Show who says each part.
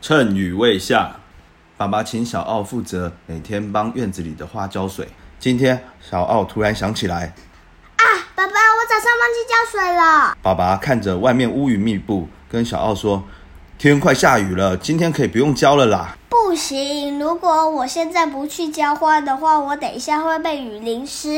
Speaker 1: 趁雨未下，爸爸请小奥负责每天帮院子里的花浇水。今天小奥突然想起来，
Speaker 2: 啊，爸爸，我早上忘记浇水了。
Speaker 1: 爸爸看着外面乌云密布，跟小奥说：“天快下雨了，今天可以不用浇了啦。
Speaker 2: 不行，如果我现在不去浇花的话，我等一下会被雨淋湿。”